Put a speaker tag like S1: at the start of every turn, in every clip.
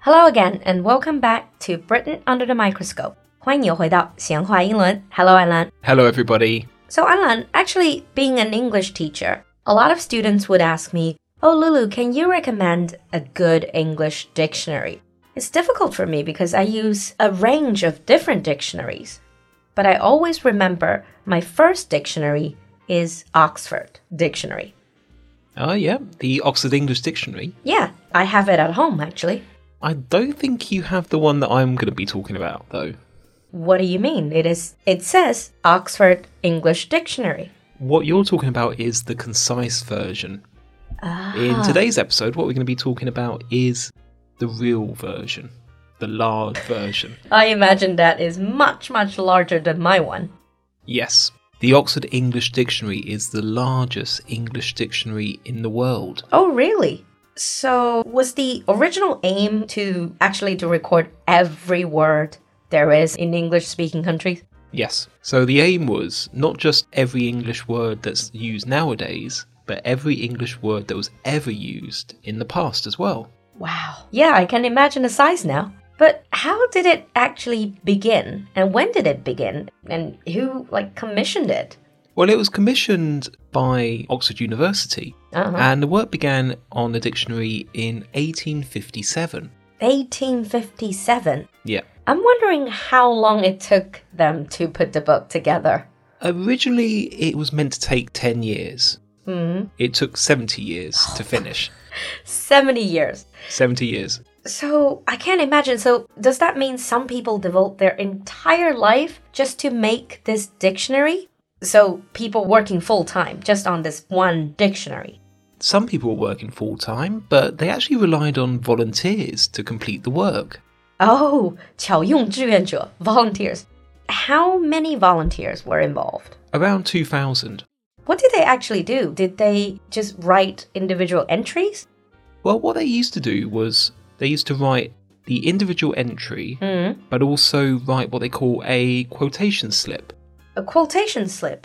S1: Hello again and welcome back to Britain under the microscope. 欢迎又回到闲话英伦。Hello, Alan.
S2: Hello, everybody.
S1: So, Alan, actually, being an English teacher, a lot of students would ask me, Oh, Lulu, can you recommend a good English dictionary? It's difficult for me because I use a range of different dictionaries. But I always remember my first dictionary is Oxford Dictionary.
S2: Ah, yeah, the Oxford English Dictionary.
S1: Yeah, I have it at home actually.
S2: I don't think you have the one that I'm going to be talking about, though.
S1: What do you mean? It is it says Oxford English Dictionary.
S2: What you're talking about is the concise version.
S1: Ah.
S2: In today's episode, what we're going to be talking about is the real version, the large version.
S1: I imagine that is much much larger than my one.
S2: Yes, the Oxford English Dictionary is the largest English dictionary in the world.
S1: Oh, really? So, was the original aim to actually to record every word there is in English speaking countries?
S2: Yes. So the aim was not just every English word that's used nowadays, but every English word that was ever used in the past as well.
S1: Wow. Yeah, I can imagine the size now. But how did it actually begin? And when did it begin? And who like commissioned it?
S2: Well, it was commissioned by Oxford University,
S1: Uh-huh.
S2: and the work began on the dictionary in 1857.
S1: 1857.
S2: Yeah.
S1: I'm wondering how long it took them to put the book together.
S2: Originally, it was meant to take 10 years.
S1: Hmm.
S2: It took 70 years to finish.
S1: 70 years.
S2: 70 years.
S1: So I can't imagine. So does that mean some people devote their entire life just to make this dictionary? So people working full time just on this one dictionary.
S2: Some people were working full time, but they actually relied on volunteers to complete the work.
S1: Oh, 巧用志愿者 volunteers. How many volunteers were involved?
S2: Around 2000.
S1: What did they actually do? Did they just write individual entries?
S2: Well, what they used to do was they used to write the individual entry,
S1: Mm.
S2: but also write what they call a quotation slip.
S1: A quotation slip.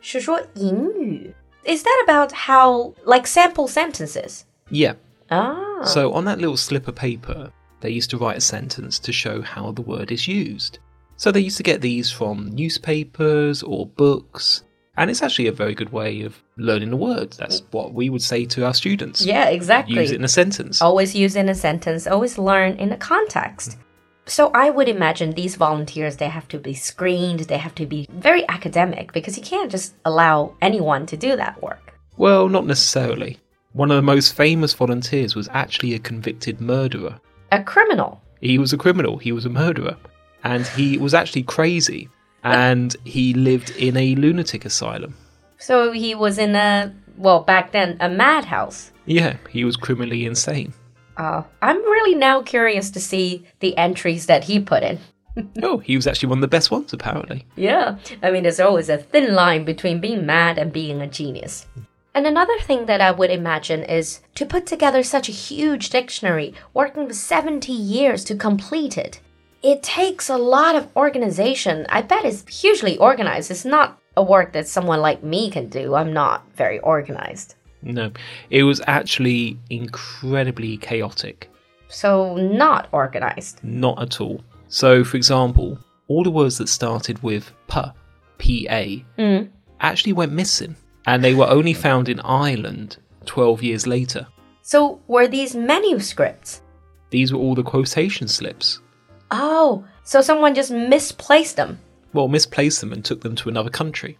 S1: 是说引语. Is that about how, like sample sentences?
S2: Yeah.
S1: Ah.
S2: So on that little slip of paper, they used to write a sentence to show how the word is used. So they used to get these from newspapers or books, and it's actually a very good way of learning the word. That's what we would say to our students.
S1: yeah, exactly. Oh.
S2: Use it in a sentence.
S1: Always use in a sentence, always learn in a context. So I would imagine these volunteers they have to be screened, they have to be very academic because you can't just allow anyone to do that work.
S2: Well, not necessarily. One of the most famous volunteers was actually a convicted murderer.
S1: A criminal.
S2: He was a criminal, he was a murderer, and he was actually crazy, and he lived in a lunatic asylum.
S1: So he was in a well, back then a madhouse.
S2: Yeah, he was criminally insane.
S1: Uh, I'm really now curious to see the entries that he put in.
S2: Oh, he was actually one of the best ones, apparently.
S1: Yeah, I mean, there's always a thin line between being mad and being a genius. And another thing that I would imagine is to put together such a huge dictionary, working for 70 years to complete it. It takes a lot of organization. I bet it's hugely organized. It's not a work that someone like me can do. I'm not very organized.
S2: No, it was actually incredibly chaotic.
S1: So, not organized.
S2: Not at all. So, for example, all the words that started with P, P A,
S1: Mm.
S2: actually went missing, and they were only found in Ireland 12 years later.
S1: So, were these manuscripts?
S2: These were all the quotation slips.
S1: Oh, so someone just misplaced them.
S2: Well, misplaced them and took them to another country.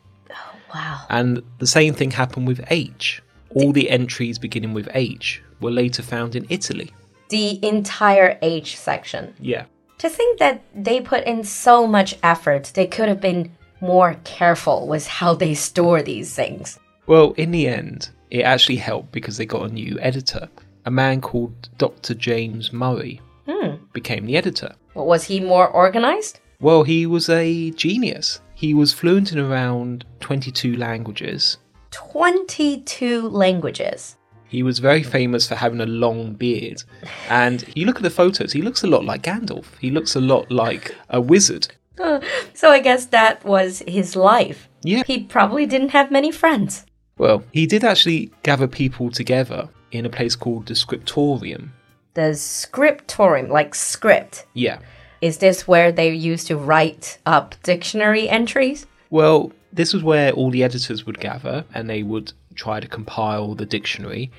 S1: Wow.
S2: And the same thing happened with H. All the entries beginning with H were later found in Italy.
S1: The entire H section.
S2: Yeah.
S1: To think that they put in so much effort, they could have been more careful with how they store these things.
S2: Well, in the end, it actually helped because they got a new editor. A man called Dr. James Murray
S1: Hmm.
S2: became the editor.
S1: Well, was he more organized?
S2: Well, he was a genius. He was fluent in around 22 languages.
S1: 22 languages.
S2: He was very famous for having a long beard. And you look at the photos, he looks a lot like Gandalf. He looks a lot like a wizard.
S1: Huh. So I guess that was his life.
S2: Yeah.
S1: He probably didn't have many friends.
S2: Well, he did actually gather people together in a place called the Scriptorium
S1: The scriptorium, like script,
S2: Yeah.
S1: is this where they used to write up dictionary entries?
S2: Well, this was where all the editors would gather and they would try to compile the dictionary.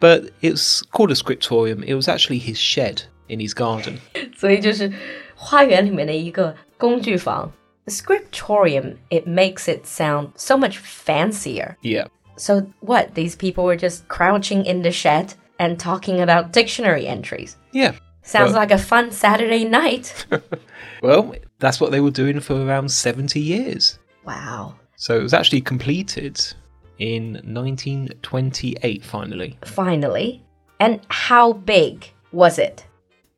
S2: But it's called a scriptorium. It was actually his shed in his garden.
S1: 所以就是花园里面的一个工具房。Scriptorium, it makes it sound so much fancier.
S2: Yeah.
S1: So what? These people were just crouching in the shed and talking about dictionary entries.
S2: Yeah.
S1: Sounds
S2: Well-
S1: like a fun Saturday night.
S2: Well, that's what they were doing for around 70 years.
S1: wow.
S2: So it was actually completed in 1928 finally.
S1: Finally. And how big was it?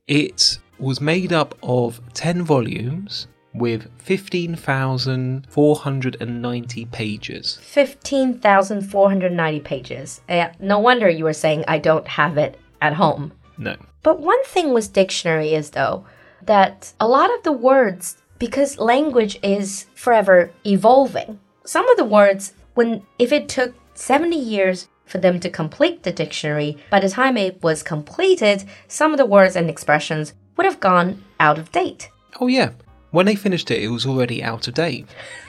S2: It was made up of 10 volumes with 15,490 pages.
S1: 15,490 pages. Eh, no wonder you were saying I don't have it at home.
S2: No.
S1: But one thing with dictionary is though that a lot of the words because language is forever evolving. Some of the words when if it took 70 years for them to complete the dictionary, by the time it was completed, some of the words and expressions would have gone out of date.
S2: Oh, yeah. When they finished it, it was already out of date.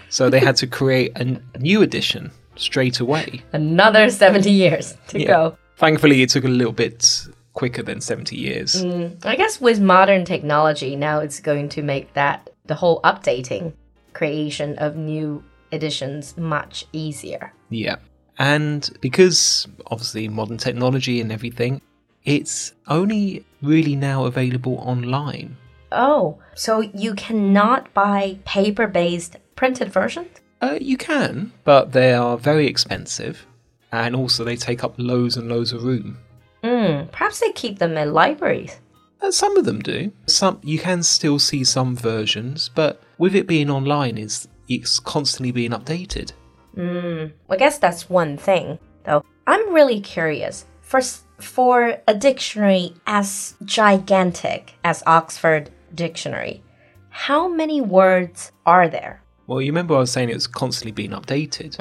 S2: So they had to create a n- new edition straight away.
S1: Another 70 years to
S2: Yeah.
S1: go.
S2: Thankfully, it took a little bit quicker than 70 years.
S1: Mm, I guess with modern technology, now it's going to make that the whole updating, creation of new editions much easier.
S2: Yeah. And because obviously modern technology and everything, it's only really now available online.
S1: Oh, so you cannot buy paper based printed versions?
S2: Uh, you can, but they are very expensive, and also they take up loads and loads of room.
S1: Hmm, perhaps they keep them in libraries.
S2: Uh, some of them do. Some you can still see some versions, but with it being online, is it's constantly being updated.
S1: Hmm, I guess that's one thing, though. I'm really curious. For, s- for a dictionary as gigantic as Oxford Dictionary, how many words are there?
S2: Well, you remember I was saying it was constantly being updated.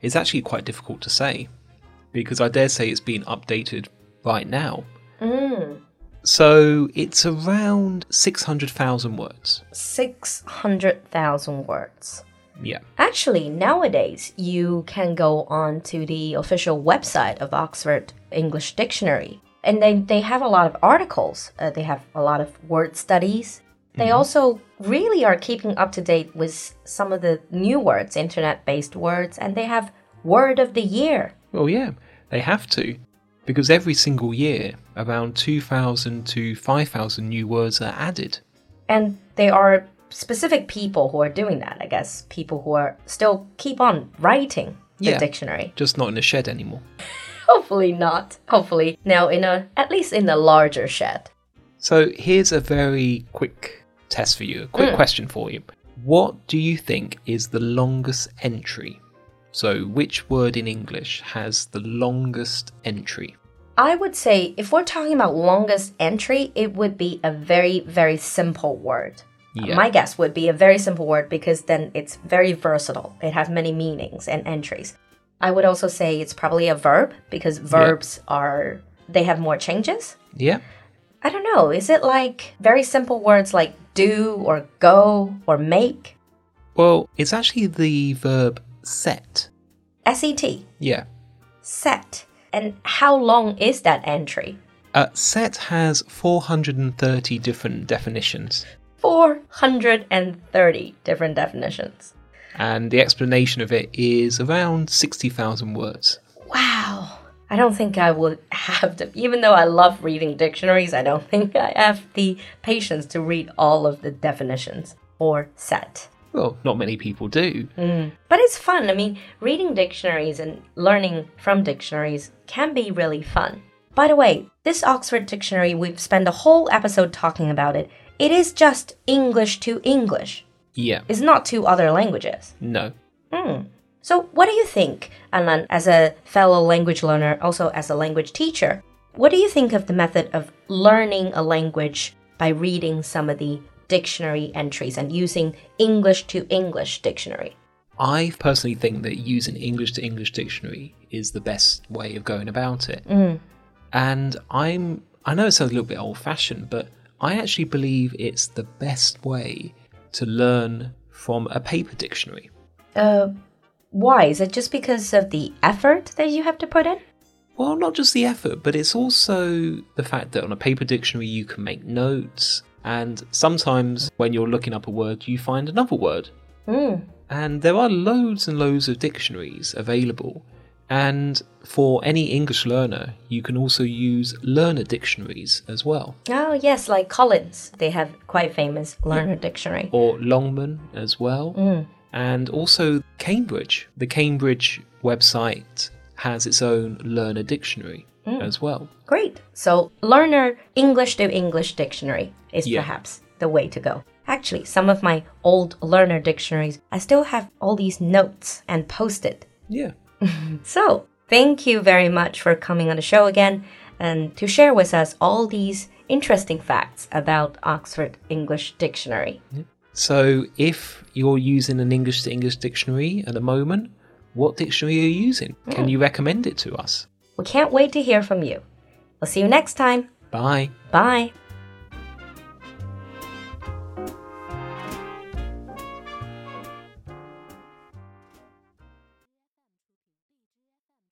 S2: It's actually quite difficult to say, because I dare say it's being updated right now.
S1: Mm.
S2: So it's around six hundred thousand words.
S1: 600,000 words.
S2: Yeah.
S1: Actually, nowadays you can go on to the official website of Oxford English Dictionary, and they, they have a lot of articles, uh, they have a lot of word studies. They also really are keeping up to date with some of the new words, internet based words, and they have Word of the Year.
S2: Well, yeah, they have to, because every single year, around 2,000 to 5,000 new words are added.
S1: And they are specific people who are doing that, I guess, people who are still keep on writing the
S2: Yeah.
S1: dictionary.
S2: Just not in a shed anymore.
S1: Hopefully not. Hopefully now in a at least in a larger shed.
S2: So here's a very quick test for you, a quick question for you. What do you think is the longest entry? So, which word in English has the longest entry?
S1: I would say if we're talking about longest entry, it would be a very very simple word.
S2: Yeah.
S1: My guess would be a very simple word because then it's very versatile. It has many meanings and entries. I would also say it's probably a verb because verbs are they have more changes.
S2: Yeah?
S1: I don't know. Is it like very simple words like do or go or make?
S2: Well, it's actually the verb set.
S1: SET.
S2: Yeah.
S1: E Set. And how long is that entry?
S2: Uh, set has 430 different definitions.
S1: 430 different definitions.
S2: and the explanation of it is around 60,000 words.
S1: Wow. I don't think I would have the, even though I love reading dictionaries, I don't think I have the patience to read all of the definitions or set.
S2: Well, not many people do.
S1: But it's fun. I mean, reading dictionaries and learning from dictionaries can be really fun. By the way, this Oxford Dictionary, we've spent a whole episode talking about it. It is just English to English,
S2: Yeah,
S1: it's not to other languages.
S2: no.
S1: Hmm. So, what do you think, Alan, as a fellow language learner, also as a language teacher, what do you think of the method of learning a language by reading some of the dictionary entries and using English to English dictionary?
S2: I personally think that using English to
S1: Hmm.
S2: English dictionary is the best way of going about it. And I'm I know it sounds a little bit old fashioned, but I actually believe it's the best way to learn from a paper dictionary.
S1: Uh, why? Is it just because of the effort that you have to put in?
S2: Well, not just the effort, but it's also the fact that on a paper dictionary you can make notes, and sometimes when you're looking up a word, you find another word.
S1: Hmm.
S2: And there are loads and loads of dictionaries available. And for any English learner, you can also use learner dictionaries as well,
S1: Oh, yes, like Collins. They have quite famous learner dictionary.
S2: or Longman as well.
S1: Mm.
S2: and also Cambridge. The Cambridge website has its own learner dictionary as well.
S1: Great. So, learner English to English dictionary is
S2: Yeah.
S1: perhaps the way to go. Actually, some of my old learner dictionaries, I still have all these notes and post it.
S2: Yeah.
S1: So, thank you very much for coming on the show again and to share with us all these interesting facts about Oxford English Dictionary.
S2: So if you're using an English to English dictionary at the moment, what dictionary are you using? Can you recommend it to us?
S1: We can't wait to hear from you. We'll see you next time.
S2: Bye.
S1: Bye.